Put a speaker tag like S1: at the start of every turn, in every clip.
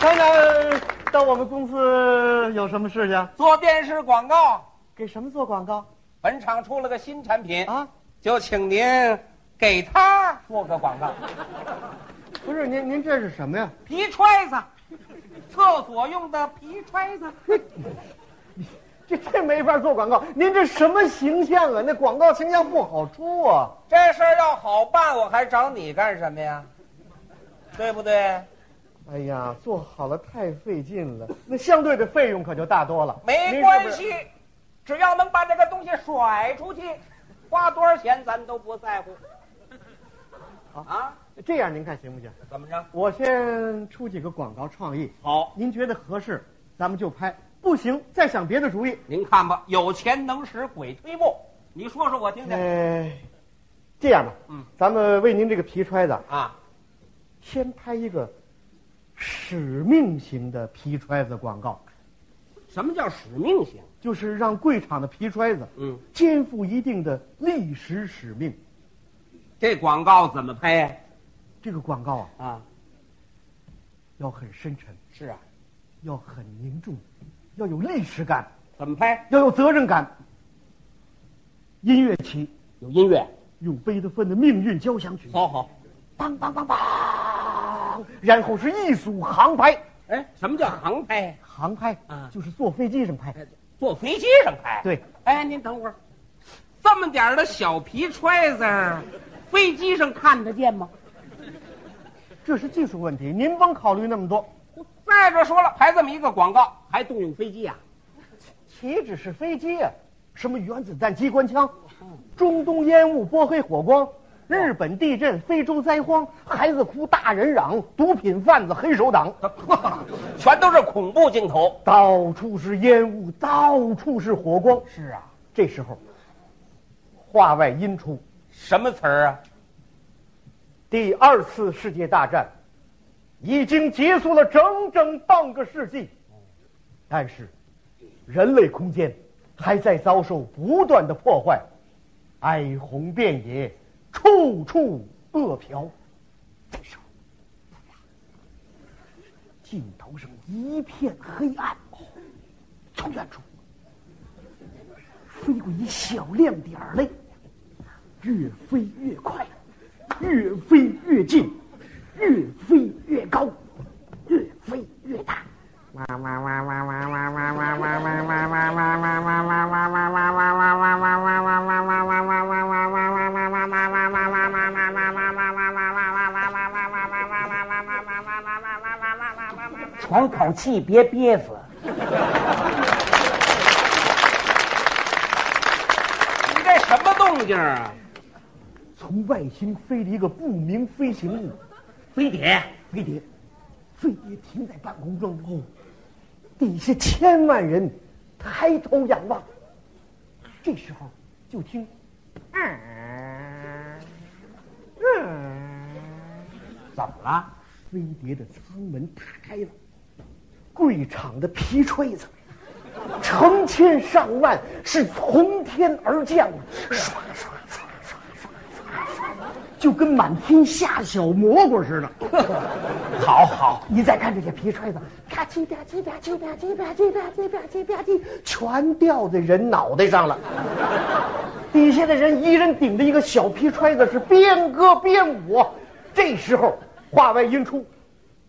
S1: 刚刚到我们公司有什么事情？
S2: 做电视广告，
S1: 给什么做广告
S2: 本厂出了个新产品，
S1: 啊？
S2: 就请您给它做个广告。
S1: 不是您，您这是什么呀？
S2: 皮揣子，厕所用的皮揣子，
S1: 这这没法做广告，您这什么形象啊？那广告形象不好出啊！
S2: 这事儿要好办，我还找你干什么呀？对不对？
S1: 哎呀，做好了太费劲了，那相对的费用可就大多了。
S2: 没
S1: 您
S2: 关
S1: 是不是，
S2: 系，只要能把这个东西甩出去，花多少钱咱都不在乎。啊，
S1: 这样您看行不行？
S2: 怎么着？
S1: 我先出几个广告创意，
S2: 好，
S1: 您觉得合适，咱们就拍；不行，再想别的主意。
S2: 您看吧，有钱能使鬼推磨。你说说我听听
S1: 哎，这样吧，
S2: 嗯，
S1: 咱们为您这个皮揣子啊
S2: 啊！
S1: 先拍一个使命型的皮揣子广告，
S2: 什么叫使命型？
S1: 就是让贵厂的皮揣子
S2: 嗯，
S1: 肩负一定的历史使命。
S2: 这广告怎么拍呀？
S1: 这个广告啊，
S2: 啊，
S1: 要很深沉，
S2: 是啊，
S1: 要很凝重，要有历史感，
S2: 怎么拍？
S1: 要有责任感。音乐起，
S2: 有音乐，
S1: 用贝多芬的《命运交响曲》，
S2: 好好。
S1: 梆梆梆梆，然后是一组航拍，
S2: 哎，什么叫航拍呀？
S1: 航拍
S2: 啊
S1: 就是坐飞机上拍。
S2: 哎坐飞机上拍。
S1: 对，
S2: 哎，您等会儿，这么点儿的小皮揣子儿，飞机上看得见吗？
S1: 这是技术问题，您甭考虑那么多。
S2: 再者说了，还这么一个广告，还动用飞机啊？
S1: 岂止是飞机啊，什么原子弹、机关枪，中东烟雾、波黑火光，日本地震、非洲灾荒，孩子哭，大人嚷，毒品贩子、黑手党，
S2: 全都是恐怖镜头。
S1: 到处是烟雾，到处是火光。
S2: 是啊，
S1: 这时候，话外音出，
S2: 什么词儿啊？
S1: 第二次世界大战已经结束了整整半个世纪，但是人类空间还在遭受不断的破坏，哀鸿遍野，处处饿殍。这时候，尽头上一片黑暗，从远处飞过一小亮点儿来，越飞越快。越飞越近，越飞越高，越飞越大。
S2: 喘口气，别憋死。你这什么动静啊？
S1: 从外星飞了一个不明飞行物，
S2: 飞碟。
S1: 飞碟，飞碟停在半空中哦，底下千万人抬头仰望。这时候，就听，
S2: 怎么了？
S1: 飞碟的舱门打开了，贵厂的皮揣子，成千上万是从天而降，唰唰唰唰唰唰唰，就跟满天下小蘑菇似的。
S2: 好好，
S1: 你再看这些皮揣子，吧唧吧唧吧唧吧唧吧唧吧唧吧唧吧唧，全掉在人脑袋上了。底下的人一人顶着一个小皮揣子，是边歌边舞。这时候，话外音出，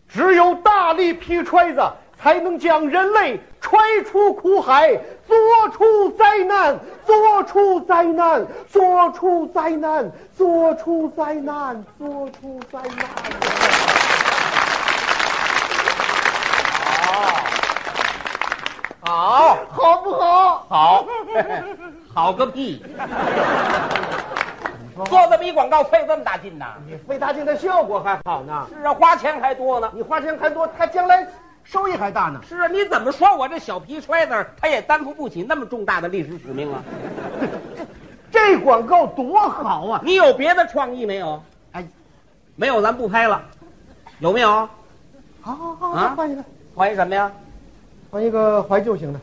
S1: 只有大力皮揣子才能将人类揣出苦海，做出灾难，做出灾难，做出灾难，做出灾难，做出灾难。
S2: 好。
S1: 好不好？
S2: 好， 好个屁！ 做这么一广告费这么大劲呐？
S1: 你费大劲的效果还好呢，
S2: 是啊，花钱还多呢。
S1: 你花钱还多，他将来收益还大呢。
S2: 是啊，你怎么说我这小皮揣子儿，他也担负不起那么重大的历史使命啊？
S1: 这广告多好啊！
S2: 你有别的创意没有？
S1: 哎，
S2: 没有，咱不拍了。有没有？
S1: 好好好，
S2: 啊
S1: 换一个，
S2: 怀什么呀？
S1: 换一个怀旧型的。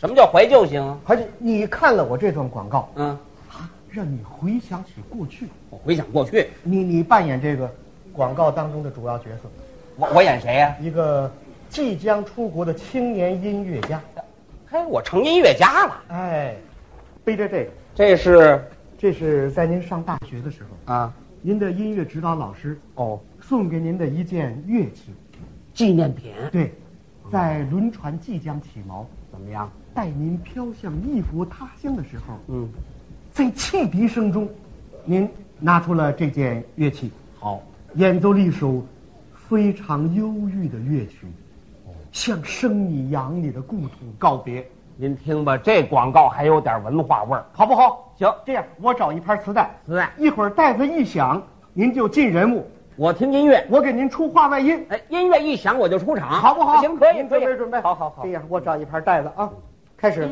S2: 什么叫怀旧型啊？
S1: 怀旧，你看了我这段广告，
S2: 嗯，
S1: 让你回想起过去。
S2: 我回想过去，
S1: 你你扮演这个广告当中的主要角色，
S2: 我我演谁呀、
S1: 一个即将出国的青年音乐家。
S2: 嘿，我成音乐家了。
S1: 哎，背着这个，
S2: 这是
S1: 这是在您上大学的时候，
S2: 啊，
S1: 您的音乐指导老师
S2: 哦，
S1: 送给您的一件乐器。
S2: 纪念品
S1: 对，在轮船即将起锚，
S2: 怎么样？
S1: 带您飘向异国他乡的时候，
S2: 嗯，
S1: 在汽笛声中，您拿出了这件乐器，
S2: 好，
S1: 演奏了一首非常忧郁的乐曲，向生你养你的故土告别，
S2: 您听吧，这广告还有点文化味儿，好不好？行，
S1: 这样，我找一盘磁带，
S2: 磁带
S1: 一会儿带子一响，您就进人物，
S2: 我听音乐，
S1: 我给您出话外音，
S2: 哎，音乐一响我就出场，
S1: 好不好？
S2: 行，可以，
S1: 您
S2: 可
S1: 准
S2: 以，
S1: 备准备，
S2: 好好好
S1: 这。样，我找一盘带子啊，开始。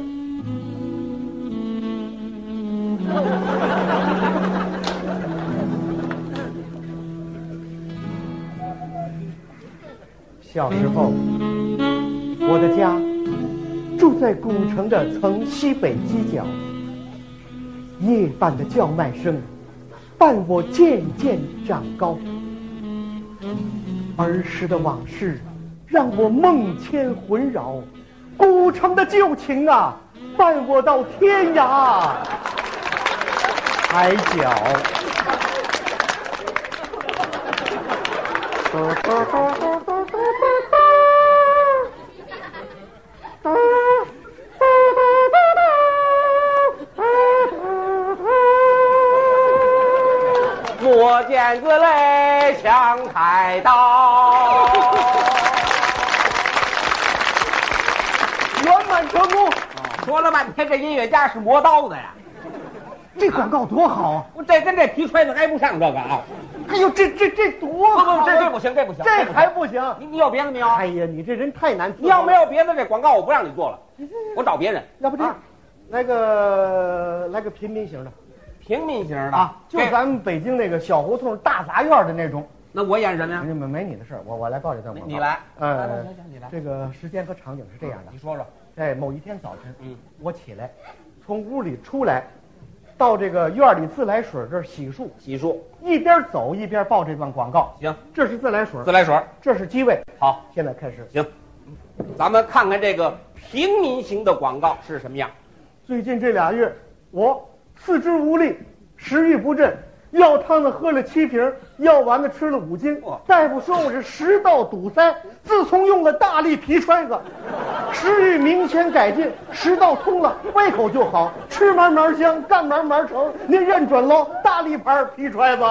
S1: 小时候，我的家住在古城的城西北犄角。夜半的叫卖声，伴我渐渐长高。儿时的往事，让我梦牵魂绕；古城的旧情啊，伴我到天涯海角。
S2: 我见子泪像海 刀。
S1: 圆满成功，
S2: 说了半天，这音乐家是磨刀的呀，
S1: 这广告多好啊！
S2: 我这跟这皮揣子挨不上这个啊！
S1: 哎呦，这这这多
S2: 不不
S1: 好、啊！
S2: 不，这这不行，这不行，
S1: 这
S2: 不行
S1: 还不行。
S2: 你你有别的没有？
S1: 哎呀，你这人太难伺候了。
S2: 你要没有别的，这广告我不让你做了，我找别人。
S1: 要不这样，
S2: 啊
S1: 来个来个平民型的
S2: 平民型的
S1: 啊，就
S2: 这
S1: 咱们北京那个小胡同大杂院的那种。
S2: 那我演什么呀？
S1: 没没没你的事儿，我我来报这段
S2: 你
S1: 广告。
S2: 啊你来，来来
S1: 呃
S2: 来来你来，
S1: 这个时间和场景是这样的
S2: 你。说说。
S1: 哎，某一天早晨，
S2: 嗯，
S1: 我起来，从屋里出来，到这个院里自来水这儿洗漱，
S2: 洗漱
S1: 一边走一边报这段广告。
S2: 行，
S1: 这是自来水，
S2: 自来水
S1: 这是机位。
S2: 好
S1: 现在开始。
S2: 行，咱们看看这个平民型的广告是什么样。
S1: 最近这俩月，我四肢无力，食欲不振，药汤子喝了七瓶，药丸子吃了五斤
S2: 哇。
S1: 大夫说我是食道堵塞，自从用了大力皮揣子，食欲明显改进，食道通了，胃口就好，吃嘛嘛香，干嘛嘛成。您认准喽，大力牌皮揣子。